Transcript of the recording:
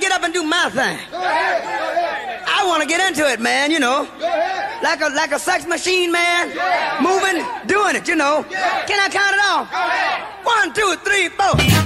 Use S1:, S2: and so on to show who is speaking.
S1: get up and do my thing.
S2: Go ahead. Go ahead.
S1: I want to get into it, man, you know.
S2: Go ahead.
S1: Like a like a sex machine, man. Moving, doing it, you know. Can I count it off?
S2: Go ahead.
S1: One, two, three, four.